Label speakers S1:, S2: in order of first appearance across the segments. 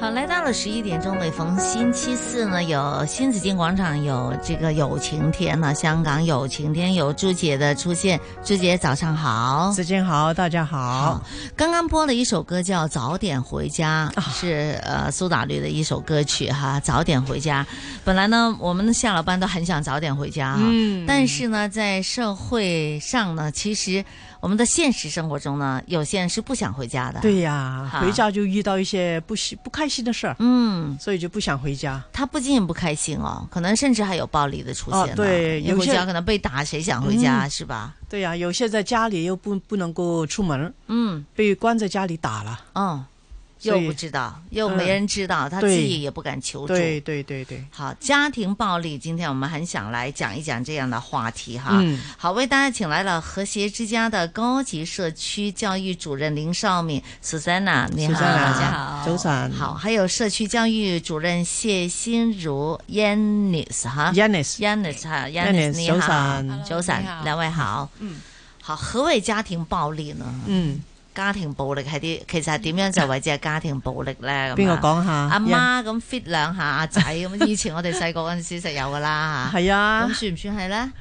S1: 好，来到了十一点钟，每逢星期四呢，有新紫金广场有这个有晴天呢、香港有晴天有朱姐的出现，朱姐早上好。
S2: 子健好，大家好。
S1: 刚刚播了一首歌叫《早点回家》，是呃苏打绿的一首歌曲哈，《早点回家》。本来呢，我们下了班都很想早点回家哈，啊
S2: 嗯
S1: 但是呢，在社会上呢，其实我们的现实生活中呢，有些人是不想回家的。，
S2: 对呀、
S1: 好
S2: 回家就遇到一些不喜不开心的事儿，
S1: 嗯。
S2: 所以就不想回家。
S1: 他不仅仅不开心哦，可能甚至还有暴力的出现、呢。
S2: 哦对
S1: 因为
S2: 有
S1: 回
S2: 些嗯
S1: 家可能被打，谁想回家、是吧？
S2: 对呀、有些在家里又不不能够出门，
S1: 嗯，
S2: 被关在家里打了。
S1: 哦，
S2: 所
S1: 又
S2: 以
S1: 不知道，又
S2: 嗯
S1: 没人知道，他自
S2: 对
S1: 己也不敢求助。
S2: 对对对对，
S1: 好，家庭暴力，今天我们很想来讲一讲这样的话题哈。
S2: 嗯
S1: 好，为大家请来了和谐之家的高级社区教育主任林少敏 Susanna，你好，
S2: Susanna，
S1: 大家好。
S2: 早晨。
S1: 好，还有社区教育主任谢心如 Yannis 哈
S2: 啊 Yannis，
S1: Yannis 哈
S2: 哎 Yannis，
S1: Yannis 你好，
S2: 早晨
S1: 早晨，兩位好，嗯，好，何謂家庭暴力呢？
S2: 嗯，
S1: 家庭暴力係啲，其實係點樣就為之係家庭暴力咧？
S2: 邊個
S1: 講？
S2: 講下？
S1: 阿媽咁 fit 兩下阿仔 咁，以前我哋細個嗰陣時就有噶啦嚇，
S2: 係啊
S1: 咁，算唔算係咧？
S3: 哎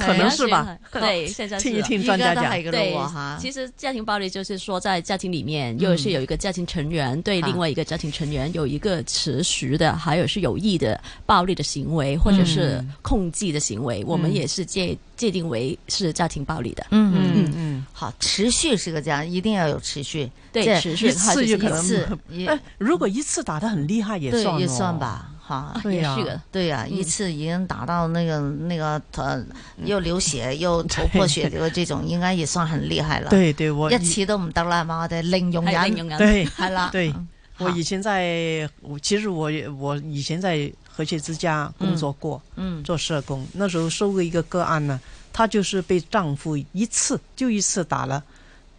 S2: 可能是吧。
S3: 对，现在是
S2: 听一听
S1: 依
S2: 专
S1: 家
S2: 家
S1: 都
S2: 讲
S1: 係。噶啦
S3: 对
S1: 喎嚇，
S3: 其实家庭暴力就是说，在家庭里面，又是有一个家庭成员对
S1: 啊
S3: 另外一个家庭成员有一个持续的，还有是有意的暴力的行为，或者是
S2: 嗯
S3: 控制的行为，我们也是界界定为是家庭暴力的。
S1: 嗯嗯。
S2: 嗯嗯，
S1: 好，持續是個家，一定要有持續，
S3: 对
S1: 即係
S3: 持
S2: 一
S3: 续它
S2: 次
S3: 就
S2: 就是可能
S1: 一次
S2: 不。哎，如果一次打得很厉害也
S1: 對，
S2: 算、哦，
S1: 也算。吧，哈，
S2: 对呀、
S3: 也是个
S1: 对呀、一次已经打到那个那个呃，又流血又头破血流这种，应该也算很厉害了。，
S2: 对对，我
S1: 一
S2: 以
S1: 次都唔得啦，係嘛，我哋零容
S3: 还有
S1: 忍
S3: 用人
S2: 对
S1: 系 啦。
S2: 对
S1: 嗯，
S2: 我以前在，我其实我也我以前在和谐之家工作过，
S1: 嗯
S2: 做社工，那时候收过一个个案呢，她就是被丈夫一次就一次打了，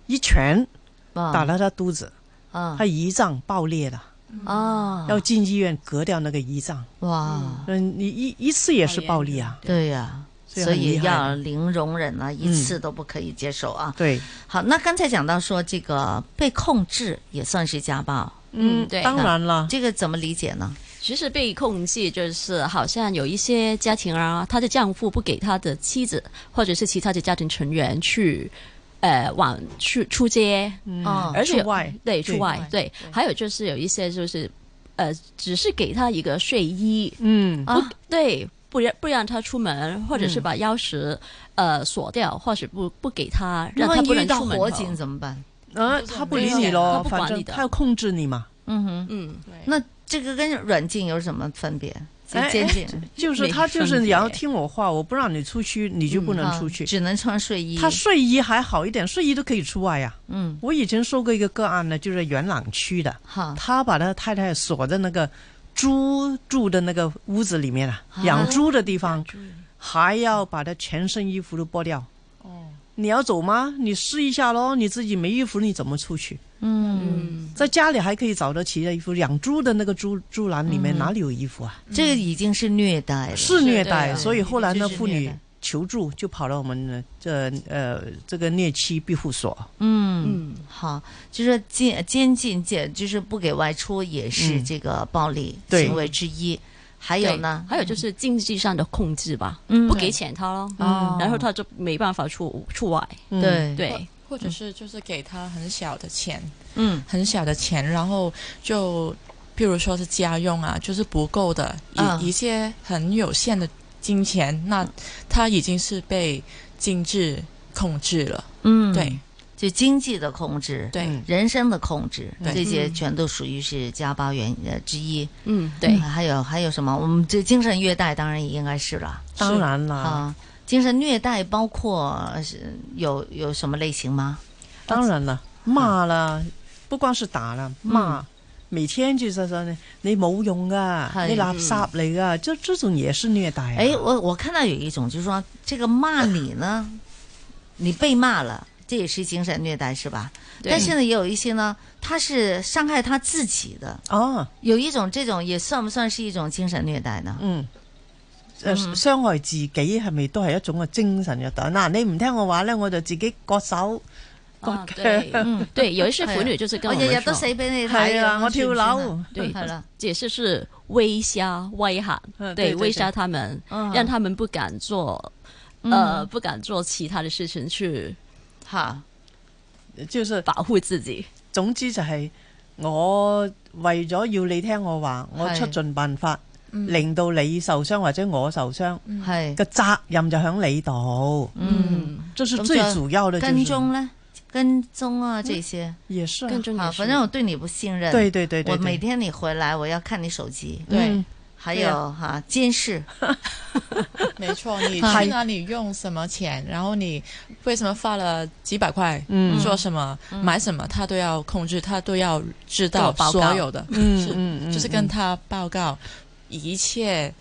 S2: 一拳打
S1: 啊
S2: 了她肚子，
S1: 啊
S2: 她胰脏爆裂了，
S1: 啊
S2: 要进医院割掉那个胰脏。
S1: 哇，
S2: 嗯，你一一次也是暴力啊，
S1: 对呀、
S2: 所以
S1: 所
S2: 很
S1: 以
S2: 厉害
S1: 要零容忍啊，一次都不可以接受啊。
S2: 对，
S1: 好，那刚才讲到说这个被控制也算是家暴，
S3: 嗯对
S2: 当然了，
S1: 这个怎么理解呢？
S3: 其实被控制就是好像有一些家庭啊，她的丈夫不给她的妻子或者是其他的家庭成员去，呃，往去出街，
S2: 嗯
S1: 哦
S3: 而且
S2: 出外
S3: 对，出
S2: 对
S3: 外
S4: 外
S3: 对，
S4: 对
S3: 还有就是有一些就是，呃，只是给他一个睡衣，
S2: 嗯
S1: 啊，嗯
S3: 对，不让不让他出门，或者是把钥匙、呃锁掉，或者不不给他，
S1: 如
S3: 让
S1: 果
S3: 他不
S1: 遇
S3: 能
S1: 到
S3: 出门
S1: 火
S3: 口。
S1: 警怎么办？
S2: 啊，她不理你
S3: 她
S2: 咯，
S3: 不
S2: 反
S3: 管
S2: 正
S3: 你的
S2: 她要控制你嘛，
S1: 嗯哼，
S3: 嗯，
S4: 那
S1: 那这个跟软禁有什么分别？
S2: 哎
S1: 监
S2: 哎
S1: 禁。
S2: 就是
S3: 没
S2: 她就
S3: 分
S2: 是
S3: 别
S2: 你要听我话，我不让你出去，你就不能
S1: 啊嗯
S2: 出去。
S1: 只能穿睡衣。
S2: 她睡衣还好一点，睡衣都可以出外呀、
S1: 嗯，
S2: 我以前收过一个个案呢，就是元朗区的，
S1: 好，
S2: 他把他太太锁在那个猪住的那个屋子里面啊，养猪的地方，还要把他全身衣服都剥掉。
S4: 哦，
S2: 你要走吗？你试一下咯，你自己没衣服你怎么出去？
S1: 嗯，
S3: 嗯，
S2: 在家里还可以找得齐的衣服，养猪的那个猪猪栏里面哪里有衣服啊？
S1: 这个已经是虐待了。
S2: 是虐
S3: 对
S2: 待，
S3: 啊
S2: 所以后来呢，
S1: 就是
S2: 妇
S1: 虐
S2: 女
S1: 待
S2: 求助就跑到我们的这呃这个虐妻庇护所。
S1: 嗯，
S3: 嗯，
S1: 好，就是监监禁，监就是不给外出，也是这个暴力
S2: 对
S1: 行为之一。还有
S3: 对
S1: 呢？
S3: 还有就是经济上的控制吧，
S1: 嗯
S3: 不给钱他咯，
S1: 哦
S3: 然后他就没办法出出外，
S2: 嗯，
S1: 对，
S3: 对，
S4: 或者是就是给他很小的钱，
S1: 嗯，
S4: 很小的钱，然后就比如说是家用啊，就是不够的，一、
S1: 嗯
S4: 一些很有限的金钱，那他已经是被经济控制了。
S1: 嗯，
S4: 对，
S1: 就经济的控制，
S4: 对，
S2: 嗯
S1: 人生的控制，
S4: 对
S1: 这些
S3: 嗯
S1: 全都属于是家暴原因呃之一。
S3: 嗯，对，
S1: 还有还有什么？我们这精神虐待当然也应该是了
S2: 当然啦，
S1: 啊。精神虐待包括呃是有有什么类型吗？
S2: 当然了，骂啦，不光是打啦，
S1: 嗯
S2: 骂，每天就是说呢，你冇用噶，
S1: 係
S2: 你垃圾嚟
S1: 嗯哎
S2: 噶，这这种也是虐待啊。
S1: 哎，我我看到有一种，就是说这个骂你呢，你被骂了，这也是精神虐待是吧？
S3: 对啊
S1: 但是呢，也有一些呢，他是伤害他自己的，
S2: 哦，
S1: 有一种这种也算不算是一种精神虐待呢？
S2: 嗯。诶，
S1: 嗯
S2: 傷害自己係咪都係一種嘅精神虐待？嗱，你唔聽我話咧，我就自己割手。
S3: 啊，对，
S1: 嗯
S3: 对，有一 些
S1: 哎呀
S3: 妇女就是跟
S1: 我
S3: 我
S1: 日
S3: 们
S1: 日都
S3: 说，
S1: 死俾你睇
S2: 係啊，我
S1: 咁算
S2: 跳
S1: 唔算啊
S2: 樓。
S3: 对
S1: 系啦，
S3: 解释是威吓、威吓
S2: 嗯，对
S3: 对，
S2: 对
S3: 威吓他们，
S1: 嗯
S3: 让他们不敢做，呃，不敢做其他的事情去
S1: 好，
S2: 就是
S3: 保护自己。
S2: 總之就係我為咗要你聽我話，我
S1: 係
S2: 出盡辦法
S1: 嗯
S2: 令到你受傷或者我受傷，
S3: 嗯
S1: 系，
S2: 個責任就喺你度。
S1: 嗯，
S2: 這是
S1: 咁
S2: 最
S1: 就
S2: 主要的，
S1: 跟
S2: 就是
S1: 踪呢？跟踪啊，这些
S2: 也是啊
S3: 跟踪
S1: 好，
S3: 也嗯是
S1: 反正我对你不信任。
S2: 对对对对，
S1: 我每
S2: 对
S1: 天你回来，我要看你手机，
S4: 对
S2: 嗯，
S1: 还
S2: 对啊
S1: 有哈监视。
S4: 没错，你
S2: 嗨
S4: 去哪里用什么钱，然后你为什么花了几百块，
S2: 嗯
S4: 做什么、买什么，他都要控制，他都要知
S3: 跟我
S4: 道
S3: 报告
S4: 所有的，
S2: 嗯
S4: 是
S2: 嗯嗯
S4: 就是跟他报告一切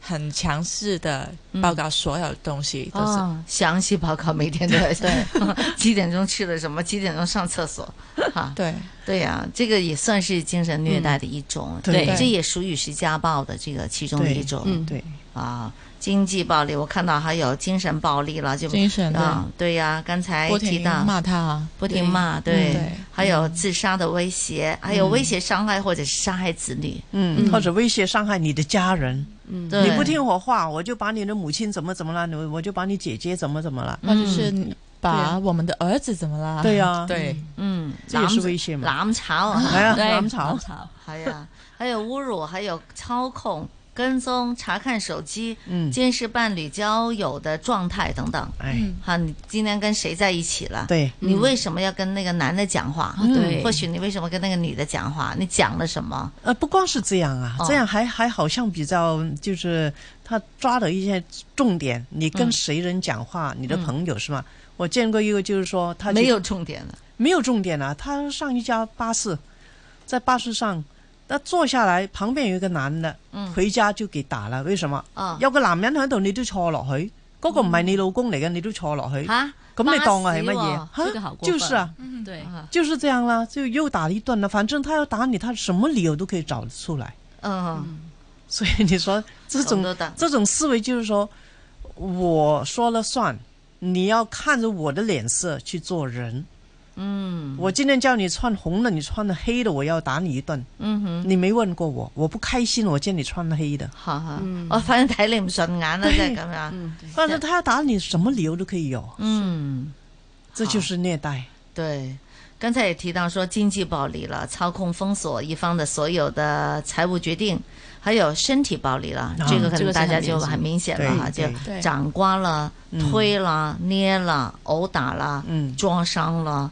S4: 很强势的报告，所有东西都是。
S1: 哦，详细报告每天都要对， 几点钟吃了什么，几点钟上厕所，哈，
S4: 对，
S1: 对呀、这个也算是精神虐待的一种，
S2: 对
S4: 对
S1: 这也属于是家暴的这个其中的一种，
S3: 嗯
S2: 对，
S1: 啊，经济暴力，我看到还有精神暴力了，就
S4: 精神
S1: 啊
S4: 的，，
S1: 对呀、刚才
S4: 不
S1: 提
S4: 停
S1: 到
S4: 骂他，
S1: 不停骂，
S4: 对
S1: 对，
S4: 对
S1: 还有自杀的威胁，还有威胁伤害或者是杀害子女，
S2: 嗯，或者威胁伤害你的家人，
S1: 对，
S2: 你不听我话，我就把你的母亲怎么怎么了，我我就把你姐姐怎么怎么
S1: 嗯
S2: 了，
S4: 或者是你把我们的儿子怎么啦？
S2: 对呀
S4: 对，
S1: 嗯，
S2: 这也是
S1: 攬
S2: 威胁嘛
S1: 攬炒啊，
S2: 哎呀，
S3: 对，
S2: 攬炒，
S3: 炒，
S1: 系啊，还有侮辱，还有操控、跟踪、查看手机、
S2: 嗯，
S1: 监视伴侣交友的状态等等。
S2: 哎，
S1: 哈，你今天跟谁在一起了？
S2: 对，
S1: 你为什么要跟那个男的讲话？
S3: 嗯对
S1: 或许你为什么跟那个女的讲话？你讲了什么？
S2: 呃，不光是这样啊，
S1: 哦
S2: 这样还还好像比较就是他抓的一些重点，你跟
S1: 嗯
S2: 谁人讲话，你的朋友是吗？我见过一个就是说他去
S1: 没有重点了。
S2: 没有重点啊，他上一家巴士，在巴士上，他坐下来，旁边有一個男的，
S1: 嗯
S2: 回家就給打啦。為什麼？
S1: 啊嗯
S2: 有個男人喺度，你都坐落去，嗰、個唔係你老公嚟嘅，你都坐落去，咁、
S1: 啊，
S2: 你當我
S1: 巴士
S2: 係乜嘢
S1: 喎？
S2: 哈
S3: 這個好過分
S2: 就是啊，
S3: 对，
S1: 啊
S2: 就是這樣啦，就又打了一頓啦。反正他要打你，他什麼理由都可以找得出來。
S1: 嗯，
S2: 所以你說這
S1: 懂
S2: 種
S1: 得的，
S2: 这种思維就是說，我說了算，你要看着我的臉色去做人。
S1: 嗯
S2: 我今天叫你穿红的，你穿了黑的，我要打你一顿。
S1: 嗯哼，
S2: 你没问过我，我不开心，我见你穿了黑的。
S1: 好好，我反正睇你唔順眼啦，即係咁樣。
S3: 嗯，
S2: 但是他要打你，什么理由都可以有，
S1: 嗯。
S2: 这就是虐待。
S1: 对，刚才也提到说经济暴力了，操控封锁一方的所有的财务决定，还有身体暴力
S2: 啊
S1: 了，这个可
S3: 这
S1: 能
S3: 个是
S1: 大家
S3: 很
S1: 就
S3: 明显
S1: 很明显了哈，就
S2: 对
S4: 对
S1: 掌掴了、推啦、捏啦、殴打啦、
S2: 嗯，
S1: 撞傷啦，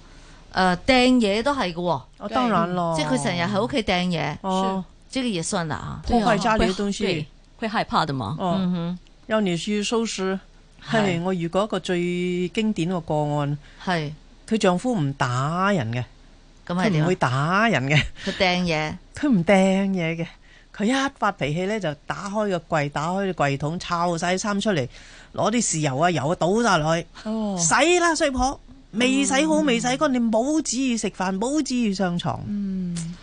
S1: 誒呃掟嘢都係嘅喎，
S2: 哦，当然咯，
S1: 嗯即係佢成日喺屋企掟嘢，
S2: 哦，
S1: 這個也算的啊。
S3: 对
S2: 破
S3: 啊
S2: 坏家里的东
S3: 对
S2: 西，
S3: 会害怕的嘛。
S2: 哦，
S1: 嗯
S2: 有年去收拾。系
S1: 係
S2: 我遇過一個最經典嘅個案，
S1: 哼，係
S2: 佢丈夫唔打人嘅，
S1: 咁係
S2: 佢
S1: 點
S2: 唔
S1: 啊
S2: 會？打人嘅，
S1: 佢掟嘢，
S2: 佢唔掟嘢嘅，佢一發脾氣咧就打開個櫃，打開個櫃桶，抄晒衫出嚟，攞啲豉油啊油啊倒晒落去。
S4: 哦，
S2: 洗啦衰婆，未洗
S1: 嗯
S2: 好未洗干，你冇旨意食飯，冇旨意上床。
S4: 嗯，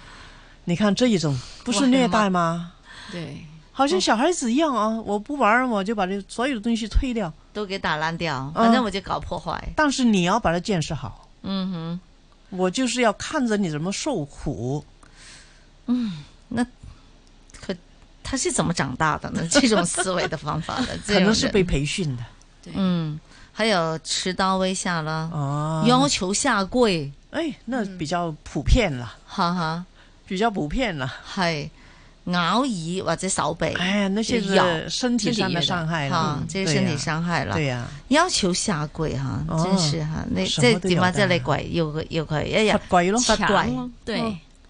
S2: 你看这一种不是虐待吗？
S3: 对，
S2: 好像小孩子一样啊，我不玩儿我就把这所有的东西退掉，
S1: 都給打爛掉，
S2: 哦
S1: 反正我就搞破壞。
S2: 但是你要把它建设好。
S1: 嗯哼。
S2: 我就是要看着你怎么受苦，
S1: 可他是怎么长大的 呢？这种思维的方法的，这
S2: 可
S1: 种
S2: 能是
S1: 人
S2: 被培训的
S1: 嗯，还有持刀威吓啦，
S2: 啊。
S1: 要求下跪，
S2: 哎，那
S1: 嗯
S2: 比较普遍了，
S1: 哈哈，
S2: 比较普遍了。
S1: 系咬耳或者手臂，
S2: 哎呀，那些
S1: 咬
S2: 是身体上的伤害
S1: 哈
S2: 了，，嗯
S1: 这是身体伤害啦
S2: 对。呀，
S1: 要求下跪哈，
S2: 哦
S1: 真是哈，你
S2: 什
S1: 即系
S2: 麼都
S1: 點啊？
S2: 有
S1: 即
S2: 得
S1: 哎係你跪，要佢要佢一日
S2: 罰跪咯，哦
S1: 罰
S3: 强
S1: 跪，
S3: 对，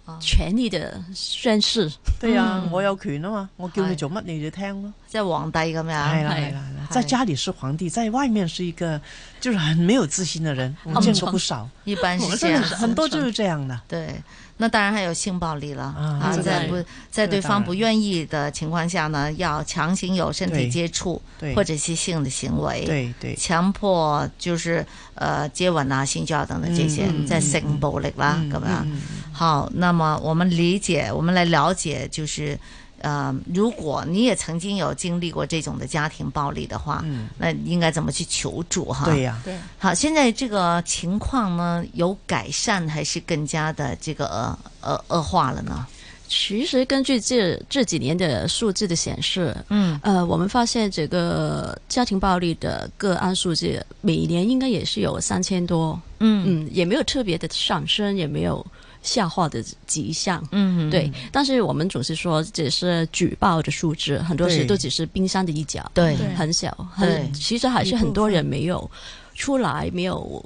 S3: 啊权力的宣誓，
S2: 對啊，我有權啊嘛，我叫你
S1: 係
S2: 做乜你就聽咯。
S1: 即系皇帝咁样，
S2: 係啦
S3: 係
S2: 係啦係啦，
S1: 係
S2: 在家里是皇帝，在外面是一個就是很沒有自信的人，我
S3: 嗯
S2: 見過不少，
S1: 一般
S2: 我
S1: 是这
S2: 真的
S1: 样。
S2: 很多就是这样的。
S1: 对，那当然还有性暴力了
S2: 啊
S1: 啊，
S3: 这个
S1: 在
S3: 当
S1: 不
S2: 然
S1: 在
S2: 这
S1: 对
S2: 个当
S1: 方
S2: 然
S1: 不愿意的情况下呢，要强行有身体
S2: 对
S1: 接触
S2: 对
S1: 或者是性的行为。
S2: 對對
S1: 強迫就是呃接吻啊、性交等等这些，
S2: 嗯嗯
S1: 在性暴力啦
S2: 嗯
S1: 啊咁樣。
S2: 嗯
S1: 好，那么我们理解，我们来了解，就是呃，如果你也曾经有经历过这种的家庭暴力的话，
S2: 嗯，啊
S1: 那应该怎么去求助哈？
S2: 对 呀，
S4: 对，
S1: 好，现在这个情况呢有改善，还是更加的这个呃呃恶化了呢？
S3: 其实根据这这几年的数字的显示，
S1: 嗯
S3: 呃，我们发现这个家庭暴力的个案数字每年应该也是有三千多，
S1: 嗯
S3: 嗯，也没有特别的上升，也没有下滑的迹象。
S1: 嗯，
S3: 对，但是我们总是说只是举报的数字，很多
S2: 对
S3: 时都只是冰山的一角，
S1: 对
S4: 对
S3: 很小，
S1: 对
S3: 很其实还是很多人没有出来，没有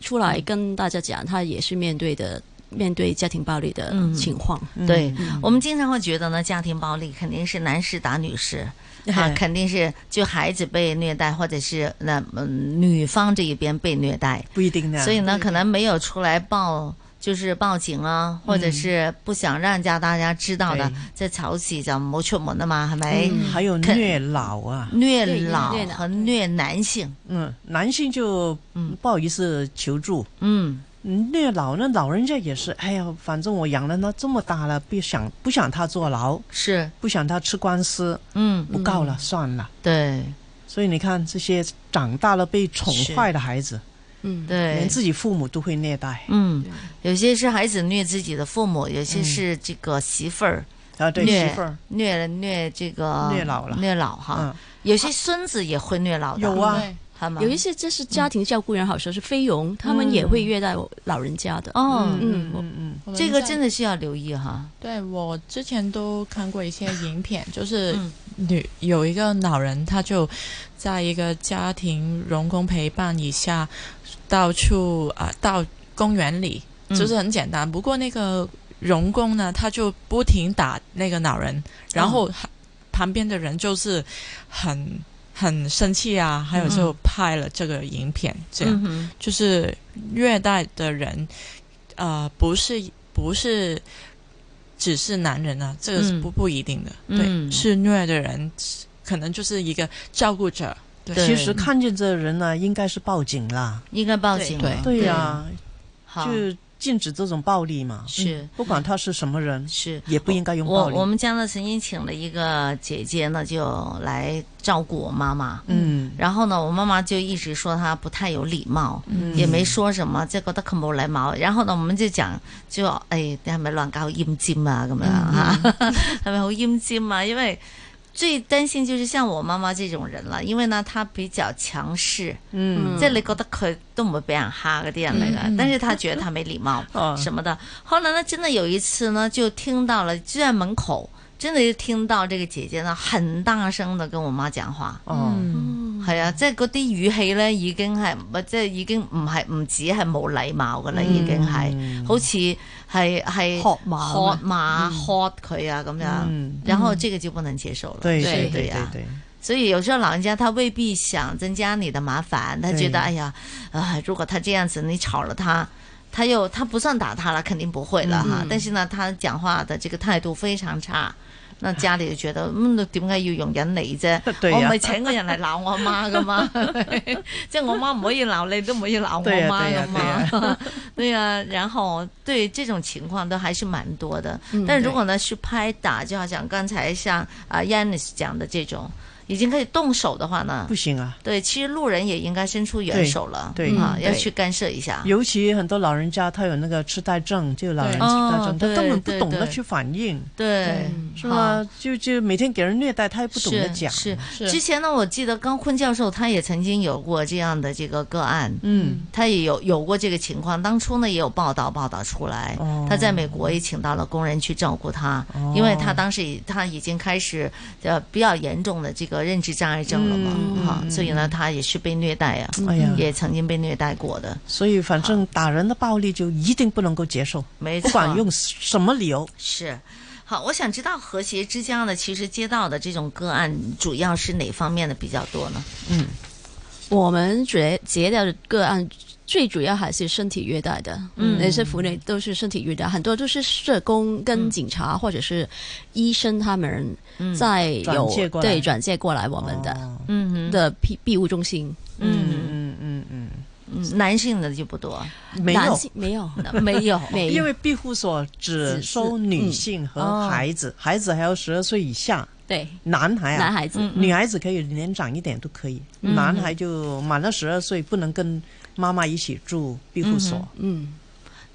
S3: 出来跟大家讲，他也是面对的面对家庭暴力的
S1: 嗯
S3: 情况。
S1: 对，
S2: 嗯
S1: 我们经常会觉得呢，家庭暴力肯定是男士打女士，啊，
S2: 哎
S1: 肯定是就孩子被虐待，或者是那、嗯女方这一边被虐待，
S2: 不一定的。
S1: 所以呢，可能没有出来报，就是报警啊，或者是不想让家大家知道的
S2: 嗯对，
S1: 即係醜事就唔好出門啊嘛，係咪？
S3: 嗯
S2: 还有
S1: 肯
S2: 虐老啊，
S1: 虐
S3: 对
S1: 老
S3: 虐老
S1: 和虐男性，
S2: 嗯，男性就
S1: 嗯
S2: 不好意思求助。
S1: 嗯，
S2: 虐老呢，老人家也是，哎呀，反正我养了他这么大了，不想不想他坐牢，
S1: 是，
S2: 不想他吃官司，
S1: 嗯，
S2: 不告了，算了。
S1: 对
S2: 所以你看，这些长大了被宠坏的孩子，
S3: 嗯，
S1: 对
S2: 连，自己父母都会虐待
S1: 嗯
S3: 对，
S1: 有些是孩子虐自己的父母，有些
S2: 嗯
S1: 是这个媳妇儿。
S2: 啊，对
S1: 虐
S2: 媳妇儿，
S1: 虐了虐这个
S2: 虐老了
S1: 虐老哈，
S2: 嗯，
S1: 有些孙子也会虐老的，
S2: 有啊，
S4: 对
S1: 好吗？
S3: 有一些这是家庭照顾人，好像是菲佣，他们也会虐待老人家的。
S1: 嗯哦，
S2: 嗯
S3: 嗯
S2: 嗯嗯，
S4: 我们
S1: 这个
S4: 在
S1: 真的是要留意哈。
S4: 对我之前都看过一些影片，就是
S1: 嗯
S4: 女有一个老人，她就在一个家庭荣工陪伴以下，到处啊、到公园里，
S1: 嗯
S4: 就是很简单。不过那个荣工呢，他就不停打那个老人，
S1: 嗯
S4: 然后他旁边的人就是很很生气啊，还有就拍了这个影片，这样、
S1: 嗯哼，
S4: 就是虐待的人，呃，不是不是只是男人啊，这个是
S1: 嗯
S4: 不、不一定的，
S1: 嗯
S4: 对，是虐的人可能就是一个照顾者，
S1: 对
S2: 嗯其实看见这人呢，应该是报警啦。
S1: 应该报警了。
S2: 对呀，
S1: 嗯好，
S2: 就嗯禁止这种暴力嘛，
S1: 是
S2: 不管他是什么人，
S1: 是。
S2: 也不应该用
S1: 我
S2: 暴力。
S1: 我们家呢曾经请了一个姐姐呢，就来照顾我妈妈。
S2: 嗯
S1: 然后呢，我妈妈就一直说她不太有礼貌，
S2: 嗯
S1: 也没说什么，即係覺得佢冇禮貌。然後呢，我們就講就誒、哎，你係咪老人家好奄尖啊？咁樣
S2: 嗯
S1: 嚇，係咪好奄尖啊？因為最擔心就是像我媽媽這種人啦，因為呢，她比較強勢，
S2: 嗯
S1: 即係你覺得佢都唔會俾人蝦嗰啲人嚟嘅，但是她覺得她沒禮 貌
S2: 啊
S1: 什麼的。後來呢，真的有一次呢，就聽到了，就在門口，真的就聽到這個姐姐呢，很大聲的跟我媽講話。
S2: 哦
S3: 嗯
S1: 係啊，即係嗰啲語氣咧，已經係唔即係已經唔係唔止係冇禮貌噶啦，已經
S2: 嗯
S1: 係好似係係
S3: 喝罵
S1: 嗯喝啊罵喝佢啊咁樣，
S2: 嗯，
S1: 然後這個就不能接受了。
S2: 对
S1: 嗯對
S2: 对
S1: 對
S2: 对
S1: 呀
S2: 对，对，
S1: 所以有時候老人家他未必想增加你的麻煩，他覺得
S2: 對
S1: 哎呀，啊，如果他這樣子你吵了他。他又他不算打他了，肯定不會了哈。但是呢，他講話的這個態度非常差，那家裡就覺得嗯，你點解要容忍你啫？
S2: 对
S1: 我
S2: 呀
S1: 唔係請個人嚟鬧我媽噶 嘛，即係我媽唔可以鬧你，都唔可以鬧我
S2: 對呀
S1: 媽
S2: 對呀
S1: 噶嘛。 對呀，然後對這種情況都還是蠻多的。
S2: 嗯
S1: 但是如果呢是拍打，就好像剛才像啊 Yanis 講的這種，已經可以動手的話呢
S2: 不，行啊。
S1: 對，其實路人也應該伸出援手了，
S2: 對對
S1: 啊，
S3: 嗯
S1: 要
S3: 對
S1: 去干涉一下。
S2: 尤其很多老人家，他有那个痴呆症，就有老人痴
S4: 对
S2: 呆
S1: 哦
S2: 症，
S1: 对
S2: 他根本不
S1: 对
S2: 懂得
S1: 对
S2: 去反应，
S1: 對，
S2: 是吧？啊就就每天给人虐待，他也不懂得
S1: 是
S2: 讲。
S1: 是
S4: 是
S1: 之前呢，我記得高坤教授他也曾經有過这樣的这个个案，
S2: 嗯，
S1: 他也有有过这个情况，当初呢也有报道报道出来，
S2: 哦
S1: 他在美国也请到了工人去照顾他，因为他当时已他已经开始呃比较严重的这个认知障碍症了嘛，
S2: 嗯
S1: 哈、所以呢，他也是被虐待啊，
S2: 哎呀，
S1: 也曾经被虐待过的，
S2: 所以反正打人的暴力就一定不能够接受，
S1: 没错。
S2: 不管用什么理由，
S1: 是。好，我想知道和谐之家呢，其实接到的这种个案主要是哪方面的比较多呢？
S3: 我们结结掉的个案最主要还是身体虐待的，
S1: 嗯
S3: 那些妇女都是身体虐待，很多都是社工跟警察或者是医生他们
S1: 嗯
S3: 在
S2: 转
S3: 有
S2: 介过来
S3: 对转介过来我们的
S2: 哦
S1: 嗯
S3: 的庇庇护中心，
S1: 嗯
S2: 嗯嗯嗯
S1: 嗯，男性的就不多，
S2: 嗯，没
S3: 男
S2: 有，
S3: 性没有
S1: 没有，
S3: 没
S2: 因
S3: 有，
S2: 为庇护所只
S3: 只
S2: 收
S3: 是
S2: 女
S3: 嗯
S2: 性和
S1: 哦
S2: 孩子，孩子还要十二岁以下，
S3: 对
S2: 男孩
S3: 男
S2: 啊，
S3: 孩子
S1: 嗯
S2: 女孩子可以年长一点都可以，
S1: 嗯
S2: 男孩就满了十二岁不能跟妈妈一起住庇护所。
S1: 嗯
S3: 嗯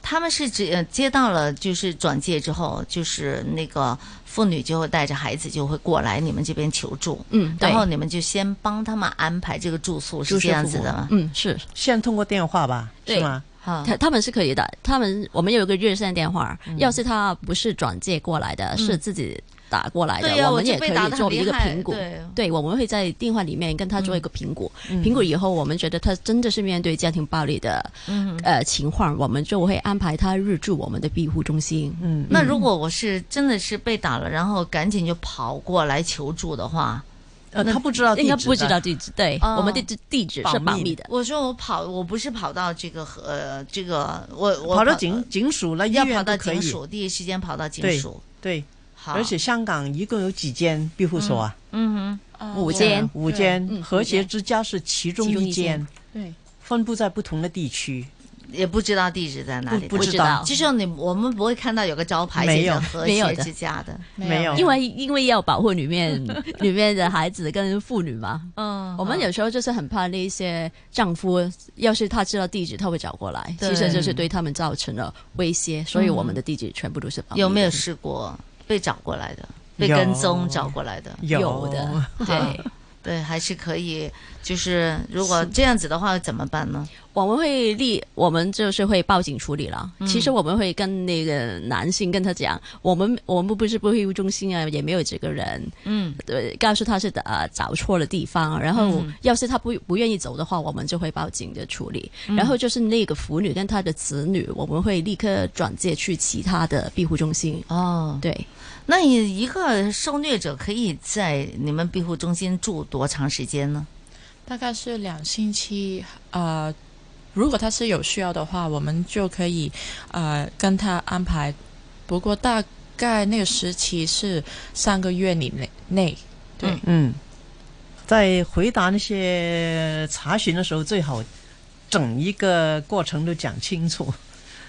S1: 他们是只呃接到了就是转介之后，就是那个妇女就会带着孩子就会过来你们这边求助，
S3: 嗯，对
S1: 然后你们就先帮他们安排这个住宿是
S2: 住宿
S1: 这样子
S2: 服务
S1: 的吗？
S3: 嗯是
S2: 现在通过电话吧，
S3: 对
S2: 是吗？
S1: 啊
S3: 他他们是可以的，他们我们有一个热线电话，
S1: 嗯
S3: 要是他不是转介过来的，是自己打过来的，
S1: 对呀、
S3: 我
S1: 我
S3: 们
S1: 就
S3: 也可
S1: 被打
S3: 以
S1: 得
S3: 做
S1: 很
S3: 一
S1: 厉
S3: 个
S1: 害，
S3: 评估。
S1: 对，
S3: 对，我们会在电话里面跟他做一个评估，评估以后，我们觉得他真的是面对家庭暴力的、
S1: 嗯。
S3: 呃情况，我们就会安排他入住我们的庇护中心。
S2: 嗯，
S1: 那如果我是真的是被打了，然后赶紧就跑过来求助的话，
S2: 呃，
S3: 那
S2: 他不知道地
S3: 应
S2: 址
S3: 该
S2: 的，
S3: 不知道地址，对，
S1: 哦
S3: 我们的地地址
S2: 保
S3: 是
S2: 密
S3: 保密的。
S1: 我说我跑，我不是跑到这个和呃这个我我
S2: 跑到警警署了，医
S1: 要
S2: 院
S1: 跑
S2: 都
S1: 到
S2: 可
S1: 警
S2: 以。
S1: 署，第一时间跑到警
S2: 对
S1: 署。
S2: 对，
S1: 好，
S2: 而且香港一共有几间庇护所啊？啊
S1: 嗯哼，
S4: 呃
S3: 五间
S4: 我
S2: 五间
S3: 对，嗯
S2: 和
S3: 五
S2: 谐
S3: 间
S2: 之家是其中
S3: 其中
S2: 一
S3: 一间
S2: 间，
S4: 对，
S2: 分布在不同的地区，
S1: 也不知道地址在哪
S2: 不
S1: 里的，
S2: 不
S3: 不
S2: 知
S3: 知
S2: 道
S3: 道
S1: 就是你我们不会看到有个招牌写
S2: 没
S1: 着
S2: 有
S1: 和
S3: 没有
S1: 谐
S3: 的
S1: 之家的，
S2: 没有
S3: 因为因为要保护里面 里面的孩子跟妇女嘛，
S1: 嗯
S3: 我们有时候就是很怕那些丈夫，要是他知道地址，他会找过来，
S1: 对
S3: 其实就是对他们造成了威胁，所以我们的地址全部都是保
S1: 嗯
S3: 密的。
S1: 有没有试过被找过来的，被
S2: 啊有
S1: 跟踪找过来的？
S3: 有的， 对，
S1: 对，还是可以，就是如果这样子的话怎么办呢？
S3: 我们会立，我们就是会报警处理了。
S1: 嗯
S3: 其实我们会跟那个男性跟他讲，我们我们不是不会务中心啊，也没有这个人，
S1: 嗯，
S3: 对，告诉他是呃找错了地方，然后要是他不不愿意走的话，我们就会报警的处理。然后就是那个妇女跟她的子女，我们会立刻转介去其他的庇护中心。
S1: 哦，
S3: 对，
S1: 那你一个受虐者可以在你们庇护中心住多长时间呢？
S4: 大概是两星期，呃，如果他是有需要的话，我们就可以呃跟他安排。不过大概那个时期是三个月里内内，对，
S1: 嗯
S2: 嗯，在回答那些查询的时候，最好整一个过程都讲清楚。
S3: 嗯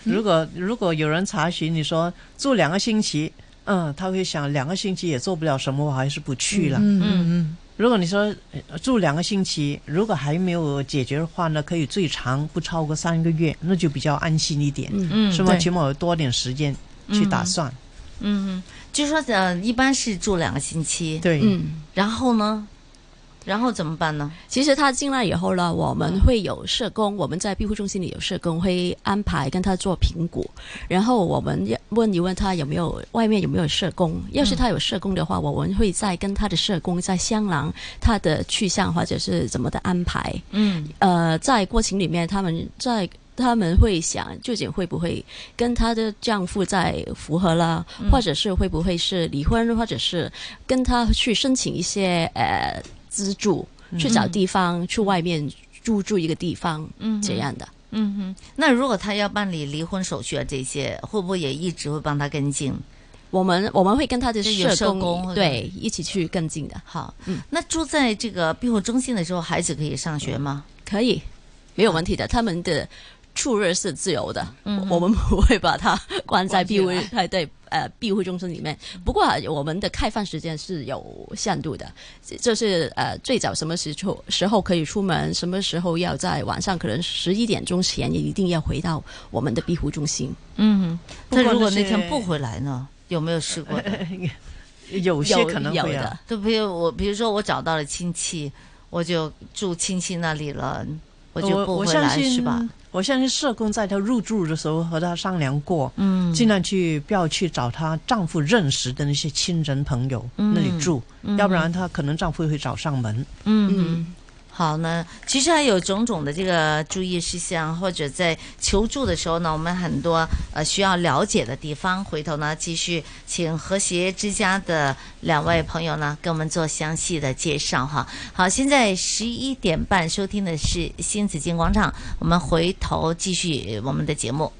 S2: 如果如果有人查询你说住两个星期，嗯，他会想两个星期也做不了什么，我还是啊不去了。
S4: 嗯嗯
S2: 如果你说呃住两个星期，如果还没有解决的话呢，可以最长不超过三个月，那就比较安心一点，
S3: 嗯，
S1: 嗯
S2: 是吗？
S4: 对
S2: 起码有多点时间去打算。
S1: 嗯，就说呃，一般是住两个星期，
S2: 对，
S3: 嗯，
S1: 然后呢，然后怎么办呢？
S3: 其实他进来以后呢，我们会有社工，我们在庇护中心里有社工会安排跟他做评估，然后我们要问一问他有没有外面有没有社工，要是他有社工的话，我们会再跟他的社工在商量他的去向或者是怎么的安排。
S1: 嗯
S3: 呃，在过程里面，他们在他们会想究竟会不会跟她的丈夫在复合啦，
S1: 嗯
S3: 或者是会不会是离婚，或者是跟他去申请一些呃资助，
S1: 嗯
S3: 去找地方、去外面住住一个地方、
S1: 嗯哼
S3: 这样的。
S1: 嗯哼，那如果他要办理离婚手续啊，这些会不会也一直会帮他跟进？
S3: 我们我们会跟他的
S1: 就有
S3: 社
S1: 社工或者
S3: 对一起去跟进的，
S1: 好，
S3: 嗯
S1: 那住在这个庇护中心的时候，孩子可以上学吗？
S3: 可
S2: 嗯
S3: 以没有问题的。他们的出入是自由的，
S1: 嗯
S3: 我们不会把它关在
S4: 关起
S3: 庇护
S4: 来
S3: 哎对呃庇护中心里面。
S2: 嗯
S3: 不过呃我们的开放时间是有限度的，就是呃最早什么时候时候可以出门，什么时候要在晚上可能十一点钟前也一定要回到我们的庇护中心。
S1: 嗯哼，那
S2: 不过
S1: 如果
S2: 那
S1: 那
S2: 些
S1: 天不回来呢？有没有试 过的？
S2: 有些
S3: 有
S2: 可能
S3: 有
S2: 会
S3: 的
S2: 啊，，
S1: 就比如我，比如说我找到了亲戚，我就住亲戚那里了，我就不
S2: 我
S1: 会
S2: 相
S1: 来，
S2: 信
S1: 是吧？？
S2: 我相信社工在她入住的时候和她商量过，
S1: 嗯，
S2: 尽量去不要去找她丈夫认识的那些亲人朋友
S1: 嗯
S2: 那里住，
S1: 嗯
S2: 要不然她可能丈夫会找上门。
S1: 嗯。好呢，其实还有种种的这个注意事项，或者在求助的时候呢，我们很多呃需要了解的地方，回头呢继续请和谐之家的两位朋友呢给我们做详细的介绍哈。好，现在十一点半收听的是新紫金广场，我们回头继续我们的节目。